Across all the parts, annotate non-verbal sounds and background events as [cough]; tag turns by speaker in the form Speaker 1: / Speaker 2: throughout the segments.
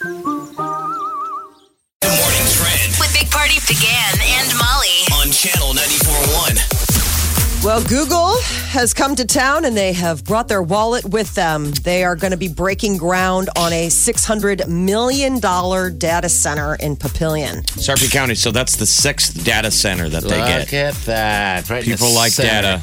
Speaker 1: The morning trend
Speaker 2: with Big Party began and Molly.
Speaker 1: on channel 941.
Speaker 3: Well, Google has come to town and they have brought their wallet with them. They are going to be breaking ground on a $600 million data center in Papillion.
Speaker 4: Sarpy County. So that's the sixth data center that they
Speaker 5: Look
Speaker 4: get.
Speaker 5: at that. Right in
Speaker 4: People
Speaker 5: the
Speaker 4: like
Speaker 5: center.
Speaker 4: data.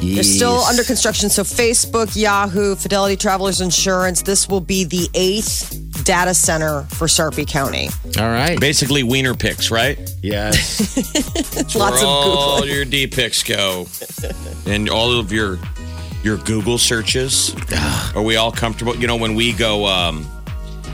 Speaker 3: They're still
Speaker 5: Yes.
Speaker 3: under construction. So, Facebook, Yahoo, Fidelity Travelers Insurance, this will be the eighth data center for Sarpy County.
Speaker 5: All right.
Speaker 4: Basically, wiener picks, right?
Speaker 5: Yes.
Speaker 3: Lots
Speaker 4: Where
Speaker 3: of
Speaker 4: all
Speaker 3: Google.
Speaker 4: your D
Speaker 3: [laughs]
Speaker 4: picks go, and all of your your Google searches. Are we all comfortable? You know, when we go, um,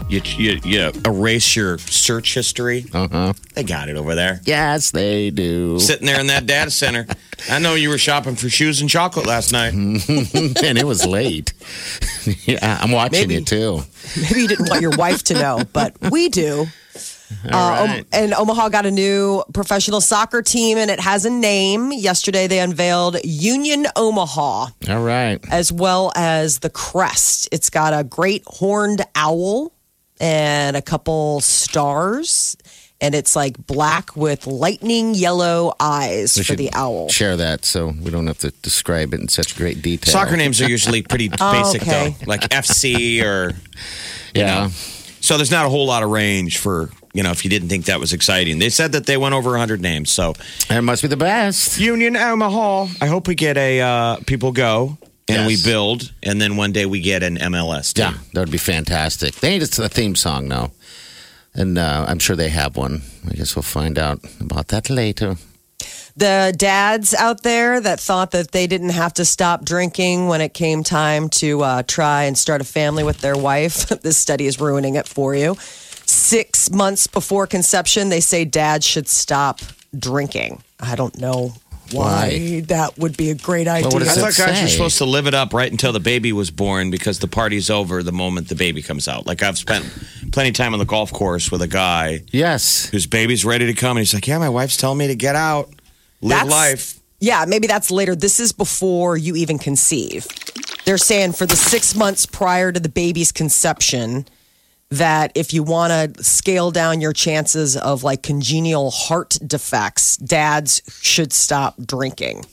Speaker 4: you you, you erase your search history.
Speaker 5: uh
Speaker 3: Uh-huh.
Speaker 5: huh.
Speaker 4: They got it over there.
Speaker 5: [laughs] Yes, they [laughs] do.
Speaker 4: Sitting there in that data center. I know you were shopping for shoes and chocolate last night.
Speaker 3: Mm-hmm.
Speaker 5: and it was late. [laughs] yeah, I'm watching
Speaker 3: Maybe.
Speaker 5: you too.
Speaker 3: Maybe you didn't want your wife to know, but we do. Uh, Om- and Omaha got a new professional soccer team, and it has a name. Yesterday, they unveiled Union Omaha.
Speaker 5: All right.
Speaker 3: as well as the crest. It's got a great horned owl and a couple stars, and it's like black with lightning yellow eyes for
Speaker 5: should
Speaker 3: the owl.
Speaker 5: Share that so we don't have to describe it in such great detail.
Speaker 4: Soccer names are
Speaker 3: [laughs]
Speaker 4: usually pretty basic
Speaker 3: Oh, okay.
Speaker 4: though, like FC or
Speaker 5: Yeah.
Speaker 4: so. There's not a whole lot of range for you know if you didn't think that was exciting. They said that they went over 100 names. So
Speaker 5: That must be the best.
Speaker 4: Union Omaha. I hope we get a uh, people go and we
Speaker 5: Yes.
Speaker 4: build, and then one day we get an MLS. Team.
Speaker 5: Yeah, that would be fantastic. They need a theme song now. And uh, I'm sure they have one. I guess we'll find out about that later.
Speaker 3: The dads out there that thought that they didn't have to stop drinking when it came time to uh, try and start a family with their wife, [laughs] this study is ruining it for you. Six months before conception, they say dads should stop drinking. I don't know why, that would be a great idea.
Speaker 5: what
Speaker 4: I
Speaker 5: does it
Speaker 4: thought guys
Speaker 5: say?
Speaker 4: were supposed to live it up right until the baby was born because the party's over the moment the baby comes out. Like I've spent plenty of time on the golf course with a guy
Speaker 5: Yes.
Speaker 4: whose baby's ready to come, and he's like, "Yeah, my wife's telling me to get out, live
Speaker 3: That's-
Speaker 4: life."
Speaker 3: Yeah, maybe that's later. This is before you even conceive. They're saying for the six months prior to the baby's conception, that if you want to scale down your chances of like congenital heart defects, dads should stop drinking.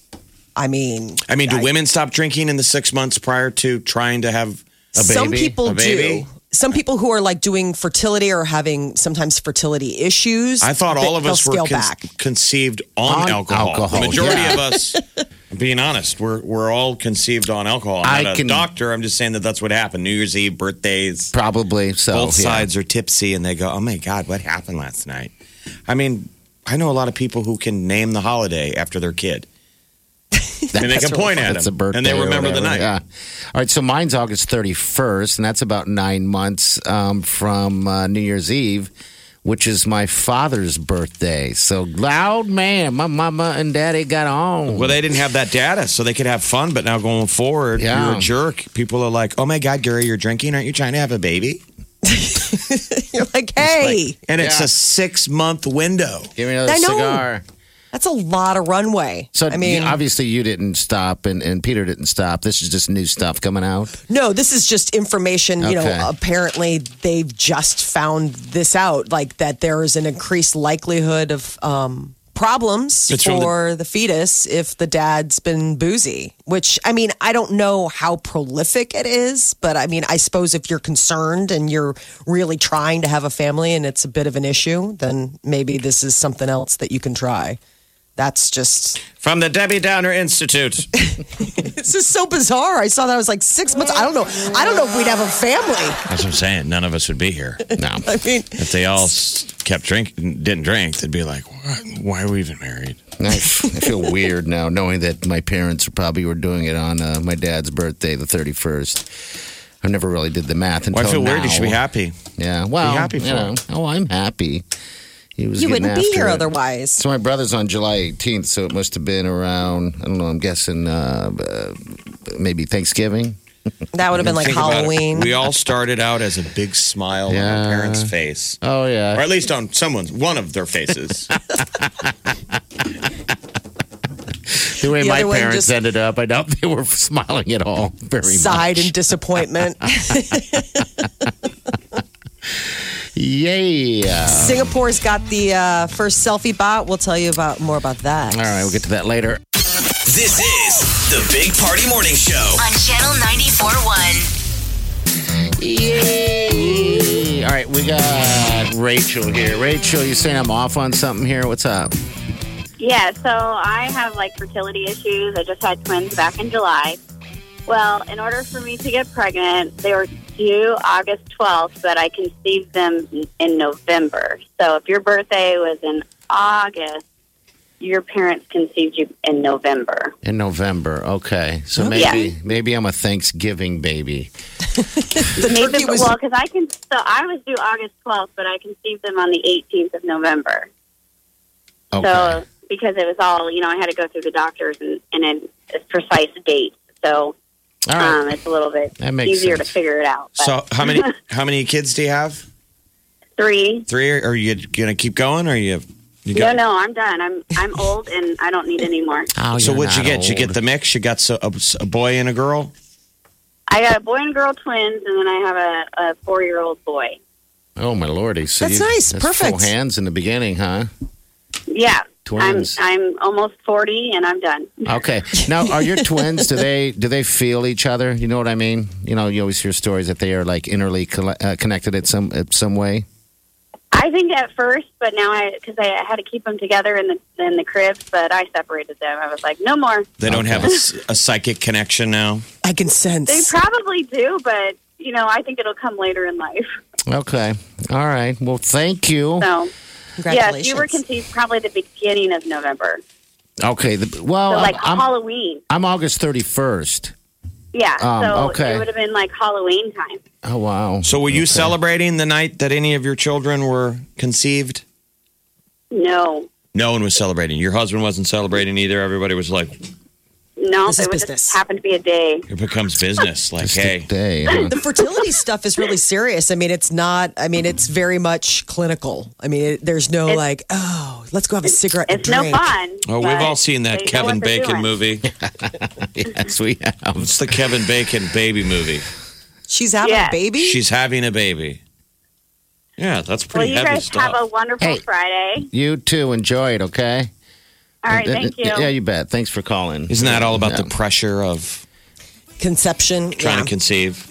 Speaker 3: I mean,
Speaker 4: I mean, do women stop drinking in the six months prior to trying to have a baby?
Speaker 3: some people
Speaker 4: A baby?
Speaker 3: do. Some people who are like doing fertility or having sometimes fertility issues.
Speaker 4: I thought
Speaker 3: they-
Speaker 4: all of us
Speaker 3: they'll
Speaker 4: were
Speaker 3: scale
Speaker 4: con-
Speaker 3: back. [laughs]
Speaker 4: conceived on,
Speaker 5: On
Speaker 4: alcohol.
Speaker 5: alcohol,
Speaker 4: The majority
Speaker 5: yeah.
Speaker 4: of us, I'm being honest, we're we're all conceived on alcohol. I'm
Speaker 5: I
Speaker 4: not a
Speaker 5: can-
Speaker 4: doctor. I'm just saying that that's what happened. New Year's Eve, birthdays.
Speaker 5: Probably so.
Speaker 4: Both
Speaker 5: yeah.
Speaker 4: sides are tipsy, and they go, "Oh my God, what happened last night?" I mean, I know a lot of people who can name the holiday after their kid. and they can
Speaker 5: That's
Speaker 4: point
Speaker 5: really-
Speaker 4: at
Speaker 5: that's
Speaker 4: them,
Speaker 5: a birthday
Speaker 4: and they
Speaker 5: or
Speaker 4: remember the
Speaker 5: whatever,
Speaker 4: night.
Speaker 5: Yeah. All right. So mine's August 31st, and that's about nine months um, from uh, New Year's Eve, which is my father's birthday. So loud, man. My mama and daddy got on.
Speaker 4: Well, they didn't have that data, so they could have fun. But now going forward,
Speaker 5: Yeah.
Speaker 4: you're a jerk. People are like, "Oh my God, Gary, you're drinking. Aren't you trying to have a baby?"
Speaker 3: You're like, hey,
Speaker 4: And it's
Speaker 5: Yeah.
Speaker 4: a six month window.
Speaker 5: Give me another
Speaker 3: I know.
Speaker 5: cigar.
Speaker 3: that's a lot of runway.
Speaker 5: So
Speaker 3: I mean,
Speaker 5: obviously you didn't stop, and, and Peter didn't stop. This is just new stuff
Speaker 3: [laughs]
Speaker 5: coming out.
Speaker 3: No, this is just information. You
Speaker 5: Okay.
Speaker 3: know, apparently they've just found this out, like that there is an increased likelihood of um, problems
Speaker 4: It's from the-
Speaker 3: for the-, fetus if the dad's been boozy. Which I mean, I don't know how prolific it is, but I mean, I suppose if you're concerned and you're really trying to have a family and it's a bit of an issue, then maybe this is something else that you can try. That's just
Speaker 4: From the Debbie Downer Institute.
Speaker 3: this is so bizarre. I saw that I was like six months. I don't know. I don't know if we'd have a family. [laughs]
Speaker 4: That's what I'm saying. None of us would be here.
Speaker 5: No.
Speaker 3: I mean,
Speaker 4: If they all s- kept drinking, didn't drink, they'd be like, "Why- why are we even married?
Speaker 5: I feel weird now knowing that my parents probably were doing it on uh, my dad's birthday, the 31st. I never really did the math until
Speaker 4: Well, I feel
Speaker 5: now.
Speaker 4: weird. You should be happy.
Speaker 5: Yeah. Well,
Speaker 4: happy
Speaker 5: you
Speaker 4: for
Speaker 5: know, oh, I'm happy. He was
Speaker 3: You
Speaker 5: getting
Speaker 3: wouldn't be
Speaker 5: after
Speaker 3: here
Speaker 5: it.
Speaker 3: otherwise.
Speaker 5: So my brother's on July 18th, so it must have been around, I don't know, I'm guessing uh, uh, maybe Thanksgiving.
Speaker 3: That would have been like
Speaker 4: Think about it.
Speaker 3: Halloween.
Speaker 4: We all started out as a big smile on
Speaker 5: Yeah.
Speaker 4: our parents' face,
Speaker 5: Oh, yeah.
Speaker 4: or at least on someone's one of their faces.
Speaker 5: The way
Speaker 3: The
Speaker 5: my
Speaker 3: other one
Speaker 5: parents
Speaker 3: just-
Speaker 5: ended up, I doubt they were [laughs] smiling at all very
Speaker 3: Sighed
Speaker 5: much.
Speaker 3: in
Speaker 5: [laughs]
Speaker 3: disappointment. [laughs]
Speaker 5: Yeah.
Speaker 3: Singapore's got the uh, first selfie bot. We'll tell you about more about that.
Speaker 5: All right, we'll get to that later.
Speaker 1: This is the Big Party Morning Show.
Speaker 2: on Channel 94.1.
Speaker 5: Yay! All right, we got Rachel here. Rachel, you saying I'm off on something here? What's up?
Speaker 6: Yeah, so I have like fertility issues. I just had twins back in July. Well, in order for me to get pregnant, they were due August 12th, but I conceived them in November. So if your birthday was in August, your parents conceived you in November.
Speaker 5: In November. Okay.
Speaker 3: Oh,
Speaker 5: So
Speaker 6: Yeah.
Speaker 5: maybe maybe I'm a Thanksgiving baby.
Speaker 3: The turkey was
Speaker 6: well, because I can, so I was due August 12th, but I conceived them on the 18th of November.
Speaker 5: Okay.
Speaker 6: So because it was all, you know, I had to go through the doctors and, and a precise date. So
Speaker 5: all right.
Speaker 6: um, it's a little bit
Speaker 5: That makes
Speaker 6: easier
Speaker 5: sense.
Speaker 6: to figure it out.
Speaker 4: [laughs]
Speaker 6: But
Speaker 4: so, how many how many kids do you have?
Speaker 6: three.
Speaker 4: Three? Are you gonna keep going? Or you you
Speaker 6: No,
Speaker 4: got?
Speaker 6: no, I'm done. I'm I'm old and I don't need any more.
Speaker 5: Oh,
Speaker 4: so
Speaker 5: you're
Speaker 4: what'd you
Speaker 5: not
Speaker 4: get? You get
Speaker 5: old.
Speaker 4: the mix. You got so, a, a boy and a girl.
Speaker 6: I got a boy and girl twins, and then I have a, a four year old boy.
Speaker 5: Oh my lordy. So
Speaker 3: That's
Speaker 5: you-
Speaker 3: nice. Perfect.
Speaker 5: Full hands in the
Speaker 4: [laughs]
Speaker 5: beginning, huh?
Speaker 6: Yeah,
Speaker 5: Twins.
Speaker 6: I'm I'm almost forty, and I'm done.
Speaker 5: Okay. Now, are your twins? Do they do they feel each other? You know what I mean? You know, you always hear stories that they are like innerly colle- uh, connected at some at some way.
Speaker 6: I think at first, but now I because I had to keep them together in the in the crib, but I separated them. I was like, no more.
Speaker 4: They don't have a, s- a psychic connection now.
Speaker 3: I can sense.
Speaker 6: They probably do, but you know, I think it'll come later in life.
Speaker 5: Okay. All right. Well, thank you.
Speaker 6: So yes,
Speaker 3: Congratulations.
Speaker 6: you were conceived probably the beginning of November,
Speaker 5: Okay. The,
Speaker 6: so
Speaker 5: well,
Speaker 6: like
Speaker 5: Oh, I'm, I'm,
Speaker 6: Halloween.
Speaker 5: I'm August thirty first.
Speaker 6: Yeah,
Speaker 5: Um,
Speaker 6: so
Speaker 5: okay.
Speaker 6: it would have been like Halloween time.
Speaker 5: Oh wow.
Speaker 4: So, were you celebrating the night that any of your children were conceived?
Speaker 6: No,
Speaker 4: No one was celebrating. Your husband wasn't celebrating either. Everybody was like,
Speaker 6: no,
Speaker 3: This is
Speaker 6: it would
Speaker 3: business.
Speaker 6: just happen to be a day.
Speaker 4: it becomes
Speaker 6: [laughs]
Speaker 4: business. Like,
Speaker 5: Just
Speaker 4: hey,
Speaker 5: a day.
Speaker 4: [laughs]
Speaker 5: huh?
Speaker 3: the fertility stuff is really serious. I mean, it's not. I mean, it's very much clinical. I mean, it, there's no
Speaker 6: It's-
Speaker 3: like, oh, let's go have a cigarette. and
Speaker 6: It's no
Speaker 3: drink.
Speaker 6: fun.
Speaker 4: oh, we've
Speaker 6: but
Speaker 4: all seen that
Speaker 6: they know
Speaker 4: Kevin
Speaker 6: what they're
Speaker 4: Bacon
Speaker 6: doing.
Speaker 4: movie.
Speaker 5: yes, we have.
Speaker 4: [laughs] It's the Kevin Bacon baby movie.
Speaker 3: She's having
Speaker 6: Yeah.
Speaker 3: a baby.
Speaker 4: She's having a baby. Yeah, that's
Speaker 6: Well,
Speaker 4: pretty
Speaker 6: you
Speaker 4: heavy
Speaker 6: guys
Speaker 4: stuff.
Speaker 6: have a wonderful
Speaker 5: Hey.
Speaker 6: Friday.
Speaker 5: You too. Enjoy it. Okay. Uh,
Speaker 6: All right, thank you.
Speaker 5: Yeah, you bet. Thanks for calling.
Speaker 4: Isn't that all about
Speaker 5: Yeah.
Speaker 4: the pressure of
Speaker 3: Conception.
Speaker 4: trying
Speaker 3: yeah.
Speaker 4: to conceive?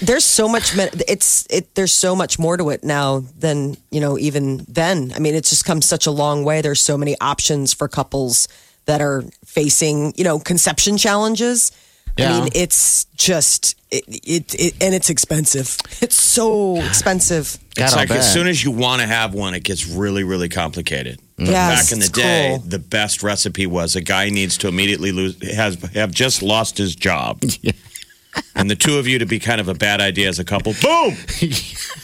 Speaker 3: there's so much. men- It's it. There's so much more to it now than you know. Even then, I mean, it's just come such a long way. There's so many options for couples that are facing you know conception challenges. I
Speaker 5: Yeah.
Speaker 3: mean, it's just it, it, it, and it's expensive. It's so expensive.
Speaker 5: God,
Speaker 4: it's
Speaker 5: I'll
Speaker 4: like as
Speaker 5: bet.
Speaker 4: soon as you want to have one, it gets really, really complicated.
Speaker 5: Mm.
Speaker 3: Yes,
Speaker 4: Back in the
Speaker 3: it's
Speaker 4: day,
Speaker 3: cool.
Speaker 4: the best recipe was a guy needs to immediately lose has have just lost his
Speaker 5: [laughs]
Speaker 4: job. And the two of you to be kind of a bad idea as a couple.
Speaker 5: [laughs]
Speaker 4: Boom!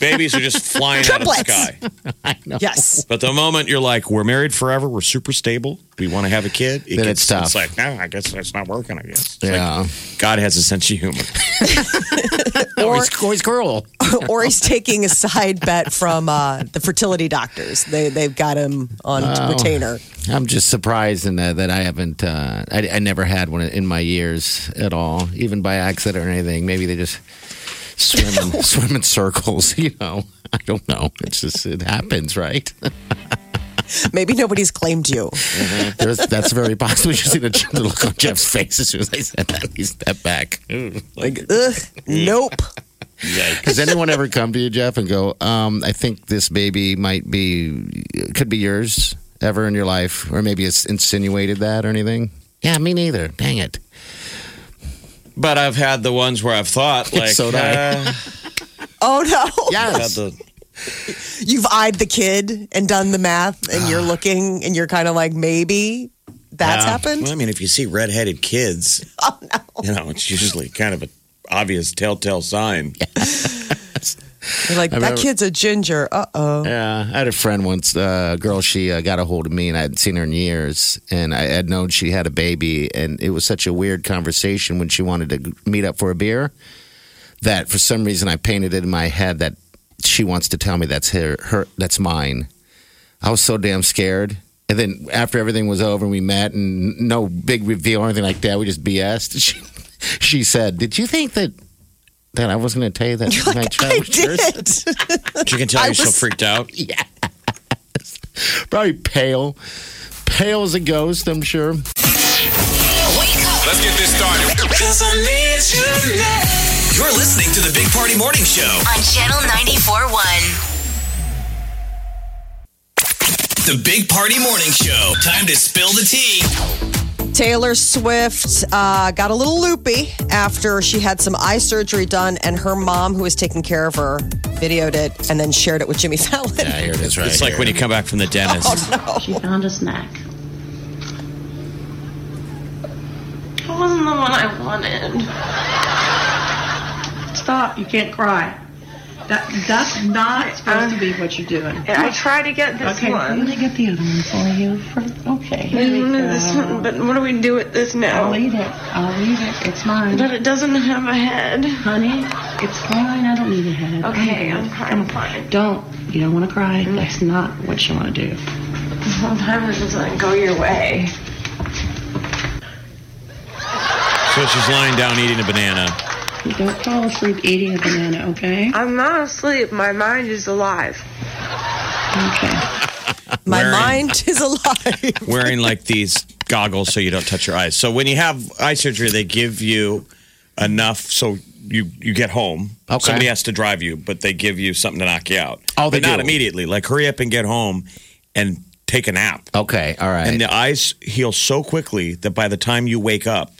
Speaker 4: Babies are just flying out of
Speaker 3: Triplets.
Speaker 4: the sky.
Speaker 3: yes.
Speaker 4: [laughs]
Speaker 3: [laughs]
Speaker 4: But the moment you're like, we're married forever, we're super stable, we want to have a kid, it
Speaker 5: Then
Speaker 4: gets,
Speaker 5: it's tough.
Speaker 4: It's like, no, I guess that's not working. I guess It's
Speaker 5: Yeah.
Speaker 4: like, God has a sense of humor. [laughs]
Speaker 5: Oh, he's, oh, he's cruel.
Speaker 3: or he's taking a side bet from uh, the fertility doctors. They they've got him on retainer.
Speaker 5: I'm just surprised in that, that I haven't, uh, I, I never had one in my years at all, even by accident or anything. Maybe they just swim in, swim in circles, [laughs] you know. I don't know. It's just, it happens, right?
Speaker 3: Maybe nobody's claimed you.
Speaker 5: There's, that's very possible. [laughs] You should see the, the look on Jeff's face as soon as I said that. He stepped back.
Speaker 3: Like, ugh, nope.
Speaker 5: Has anyone ever come to you, Jeff, and go, um, I think this baby might be, could be yours ever in your life? Or maybe it's insinuated that or anything? Yeah, me neither. Dang it.
Speaker 4: But I've had the ones where I've thought, like,
Speaker 5: So did I.
Speaker 4: uh,
Speaker 3: Oh no.
Speaker 4: I've had
Speaker 5: Yes.
Speaker 4: the-
Speaker 3: You've eyed the kid and done the math, and
Speaker 5: [sighs]
Speaker 3: you're looking, and you're kind of like, maybe that's
Speaker 5: Yeah.
Speaker 3: happened.
Speaker 4: Uh, Well, I mean, if you see redheaded
Speaker 5: [laughs]
Speaker 4: kids,
Speaker 5: Oh,
Speaker 4: you know, it's usually kind of an obvious telltale sign.
Speaker 3: You're like,
Speaker 5: I
Speaker 3: that
Speaker 5: remember-
Speaker 3: kid's a ginger. Uh oh.
Speaker 5: Yeah, I had a friend once, uh, a girl, she uh, got a hold of me and I hadn't seen her in years. And I had known she had a baby. And it was such a weird conversation when she wanted to meet up for a beer that for some reason I painted it in my head that she wants to tell me that's her, her that's mine. I was so damn scared. And then after everything was over, we met and no big reveal or anything like that. We just BS'd. [laughs] She, she said, Did you think that? That I was going to tell you that was my child
Speaker 3: [laughs] I
Speaker 5: was yours?"
Speaker 3: did.
Speaker 4: You can tell
Speaker 3: I
Speaker 4: you're so
Speaker 3: was-
Speaker 4: freaked out.
Speaker 5: [laughs] Probably pale. Pale as a ghost, I'm sure.
Speaker 2: Wake up.
Speaker 1: Let's get this started. You're listening to the Big Party Morning Show.
Speaker 2: On Channel 94.1.
Speaker 1: The Big Party Morning Show. Time to spill the tea.
Speaker 3: [laughs] Taylor Swift uh, got a little loopy after she had some eye surgery done, and her mom, who was taking care of her, videoed it and then shared it with Jimmy Fallon.
Speaker 5: Yeah, here it is right
Speaker 4: It's like when you come back from the dentist.
Speaker 7: She found a snack. It wasn't the one I wanted. Stop! You can't cry. That that's not supposed to be what you're doing. I try to get this okay, one. Let me get the other one for you. For, okay. This one, but what do we do with this now? I'll eat it. I'll eat it. It's mine. But it doesn't have a head. Honey, it's fine. I don't need a head. Okay, I'm, fine. I'm fine. Don't. You don't want to cry. That's not what you want to do. Sometimes it doesn't go your way.
Speaker 4: So she's lying down eating a banana.
Speaker 7: You don't fall asleep eating a banana, okay? I'm not asleep. My mind is alive. Okay.
Speaker 3: My
Speaker 4: Wearing-
Speaker 3: mind [laughs] is
Speaker 5: [laughs]
Speaker 3: alive.
Speaker 4: wearing like these goggles so you don't touch your eyes. So when you have eye surgery, they give you enough so you you get home.
Speaker 5: Okay.
Speaker 4: Somebody has to drive you, but they give you something to knock you out.
Speaker 5: Oh, they
Speaker 4: but not
Speaker 5: do.
Speaker 4: immediately. Like hurry up and get home and take a nap.
Speaker 5: Okay, all right.
Speaker 4: And the eyes heal so quickly that by the time you wake up,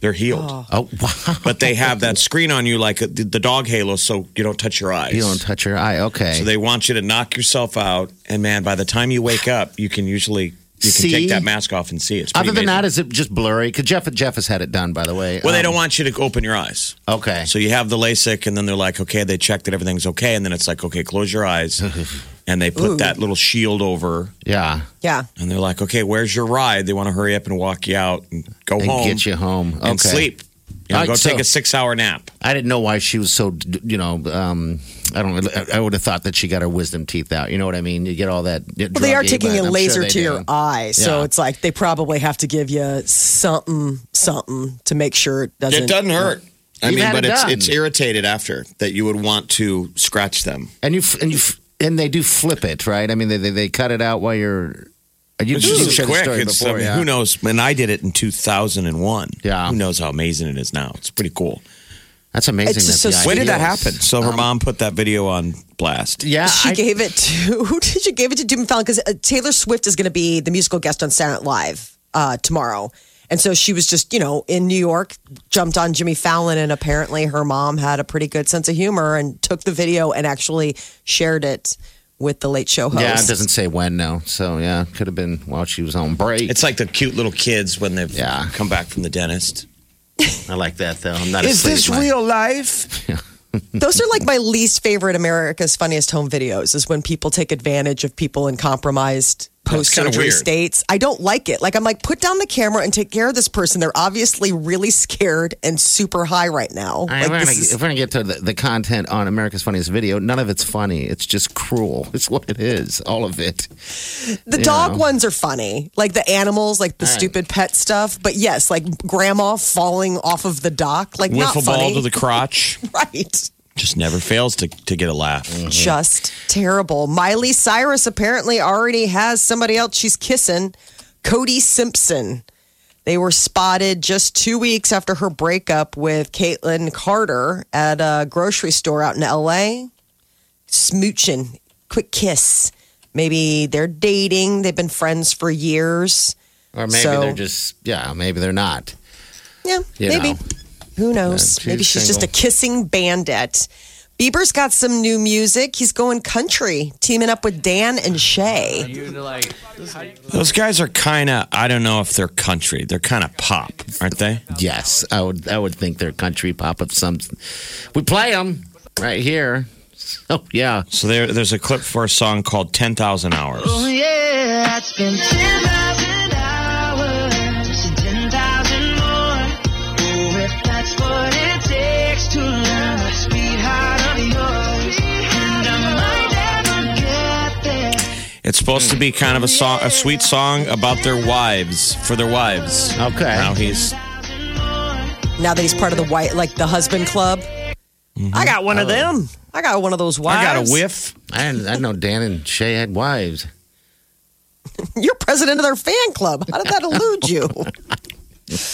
Speaker 4: they're healed.
Speaker 5: oh, wow.
Speaker 4: But they have
Speaker 5: [laughs]
Speaker 4: that screen on you like the the dog halo so you don't touch your eyes.
Speaker 5: You don't touch your eye. Okay.
Speaker 4: So they want you to knock yourself out, and man, by the time you wake up, you can usually you can
Speaker 5: See?
Speaker 4: take that mask off and see. It's pretty
Speaker 5: Other than
Speaker 4: amazing.
Speaker 5: that, is it just blurry? Because Jeff, Jeff has had it done, by the way.
Speaker 4: Well, they
Speaker 5: Um,
Speaker 4: don't want you to open your eyes.
Speaker 5: Okay.
Speaker 4: So you have the LASIK, and then they're like, okay, they check that everything's okay, and then it's like, okay, close your
Speaker 5: [laughs]
Speaker 4: eyes, and they put that little shield over,
Speaker 5: yeah.
Speaker 3: yeah.
Speaker 4: and they're like, okay, where's your ride? They want to hurry up and walk you out and go
Speaker 5: And
Speaker 4: home,
Speaker 5: get you home. Okay.
Speaker 4: and sleep. You know,
Speaker 5: All right,
Speaker 4: go take
Speaker 5: so-
Speaker 4: a six-hour nap.
Speaker 5: I didn't know why she was so, d- you know, um, I don't. I would have thought that she got her wisdom teeth out. You know what I mean? You get all that.
Speaker 3: Well, they are taking a laser to your eye, so
Speaker 5: Yeah.
Speaker 3: it's like they probably have to give you something, something to make sure it doesn't.
Speaker 4: hurt. I
Speaker 5: You've
Speaker 4: mean,
Speaker 5: had
Speaker 4: but
Speaker 5: it
Speaker 4: it's
Speaker 5: done.
Speaker 4: it's irritated after that you would want to scratch them.
Speaker 5: And you f- and you f- and they do flip it, right? I mean, they they, they cut it out while you're. You,
Speaker 4: It's
Speaker 5: you
Speaker 4: just
Speaker 5: shared the
Speaker 4: quick.
Speaker 5: story
Speaker 4: It's, I
Speaker 5: before,
Speaker 4: mean,
Speaker 5: yeah.
Speaker 4: Who knows? And I did it in 2001.
Speaker 5: Yeah.
Speaker 4: Who knows how amazing it is now? It's pretty cool.
Speaker 5: That's amazing.
Speaker 3: It's just
Speaker 5: that
Speaker 3: so
Speaker 5: the
Speaker 3: sweet.
Speaker 4: When did that
Speaker 5: ideas-
Speaker 4: happen? So her mom put that video on blast.
Speaker 5: Yeah,
Speaker 3: She
Speaker 5: I-
Speaker 3: gave it to [laughs] who did she give it to? Jimmy Fallon because uh, Taylor Swift is going to be the musical guest on Saturday Night Live uh, tomorrow, and so she was just you know in New York, jumped on Jimmy Fallon, and apparently her mom had a pretty good sense of humor and took the video and actually shared it with the Late Show host.
Speaker 5: Yeah, it doesn't say when now. So yeah, could have been while she was on break.
Speaker 4: It's like the cute little kids when they've
Speaker 5: Yeah.
Speaker 4: come back from the dentist.
Speaker 5: I like that though. I'm not. asleep at my-
Speaker 4: life?
Speaker 3: Those are like my least favorite America's Funniest Home Videos is when people take advantage of people in compromised
Speaker 4: That's
Speaker 3: post
Speaker 4: kinda
Speaker 3: surgery
Speaker 4: weird.
Speaker 3: states. I don't like it. Like I'm like put down the camera and take care of this person. They're obviously really scared and super high right now.
Speaker 5: I-
Speaker 3: like
Speaker 5: we're
Speaker 3: this
Speaker 5: gonna-
Speaker 3: is-
Speaker 5: if we're gonna get to the, the content on America's Funniest Video, none of it's funny. It's just cruel. [laughs] It's what it is. All of it.
Speaker 3: the
Speaker 5: you
Speaker 3: dog
Speaker 5: know.
Speaker 3: ones are funny. Like the animals, like the
Speaker 5: All right.
Speaker 3: stupid pet stuff, but yes, like grandma falling off of the dock, like not
Speaker 4: Wiffle ball
Speaker 3: funny.
Speaker 4: to the
Speaker 5: [laughs]
Speaker 4: crotch.
Speaker 3: [laughs] right.
Speaker 4: Just never fails to, to get a laugh.
Speaker 5: Mm.
Speaker 3: just terrible. Miley Cyrus apparently already has somebody else she's kissing, Cody Simpson. They were spotted just two weeks after her breakup with Caitlyn Carter at a grocery store out in LA. Smooching, quick kiss. Maybe they're dating, they've been friends for years.
Speaker 5: Or maybe
Speaker 3: So-
Speaker 5: they're just yeah. Maybe they're not.
Speaker 3: Yeah,
Speaker 5: You
Speaker 3: maybe.
Speaker 5: know.
Speaker 3: Who knows?
Speaker 5: she's
Speaker 3: maybe she's just a
Speaker 5: single.
Speaker 3: kissing bandit. Bieber's got some new music. He's going country, teaming up with Dan and Shay.
Speaker 4: Those guys are kind of, I don't know if they're country. They're kind of pop, aren't they?
Speaker 5: Yes, I would. I would think they're country pop of some. We play them right here. Oh, yeah.
Speaker 4: So there, there's a clip for a song called 10,000 Hours.
Speaker 8: Oh, Yeah, it's been 10,000 hours, 10,000 more. Oh, if that's what it takes to learn that sweetheart of yours. And I might never get there.
Speaker 4: It's supposed to be kind of a song, a sweet song about their wives, for their wives.
Speaker 5: Okay.
Speaker 4: Now he's
Speaker 3: Now that he's part of the white, like the husband club. I got one of them. I got one of those wives.
Speaker 4: I got a whiff.
Speaker 5: I didn't, I didn't know Dan and Shay had wives.
Speaker 3: You're president of their fan club. How did that elude you?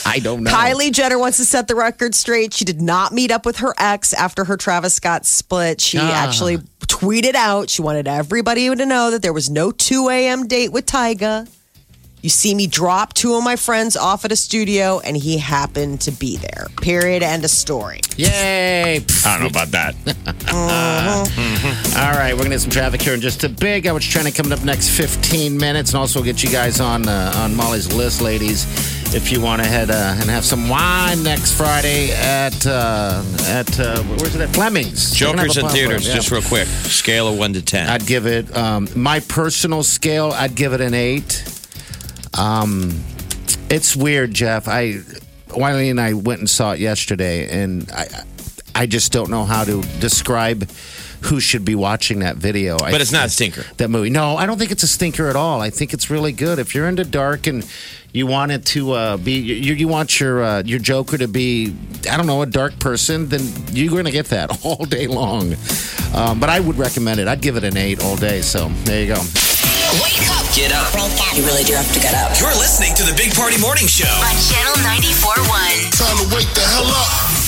Speaker 5: I don't know.
Speaker 3: Kylie Jenner wants to set the record straight. She did not meet up with her ex after her Travis Scott split. She
Speaker 5: Ah.
Speaker 3: actually tweeted out she wanted everybody to know that there was no 2 a.m. date with Tyga. You see me drop two of my friends off at a studio, and he happened to be there. Period. End of story.
Speaker 5: Yay.
Speaker 4: I don't know about that.
Speaker 5: All right, we're going to get some traffic here in just a big. I was trying to coming up next 15 minutes, and also get you guys on uh, on Molly's list, ladies. If you want to head uh, and have some wine next Friday at uh, at uh, where's it at Fleming's They're gonna
Speaker 4: Joker's
Speaker 5: have a
Speaker 4: in
Speaker 5: pop-up,
Speaker 4: theaters,
Speaker 5: yeah.
Speaker 4: just real quick. Scale of one to ten.
Speaker 5: I'd give it um, my personal scale. I'd give it an eight. Um, it's weird, Jeff. I Wiley and I went and saw it yesterday, and I I just don't know how to describe who should be watching that video.
Speaker 4: but it's not a stinker.
Speaker 5: that movie. No, I don't think it's a stinker at all. I think it's really good. If you're into dark and you want it to uh, be, you, you want your uh, your Joker to be, I don't know, a dark person, then you're going to get that [laughs] all day long. Um, but I would recommend it. I'd give it an eight all day. So there you go.
Speaker 2: Wake up
Speaker 1: Get up.
Speaker 9: You really do have to get up.
Speaker 1: You're listening to the Big Party Morning Show.
Speaker 2: on Channel 94.1.
Speaker 9: Time to wake the hell up.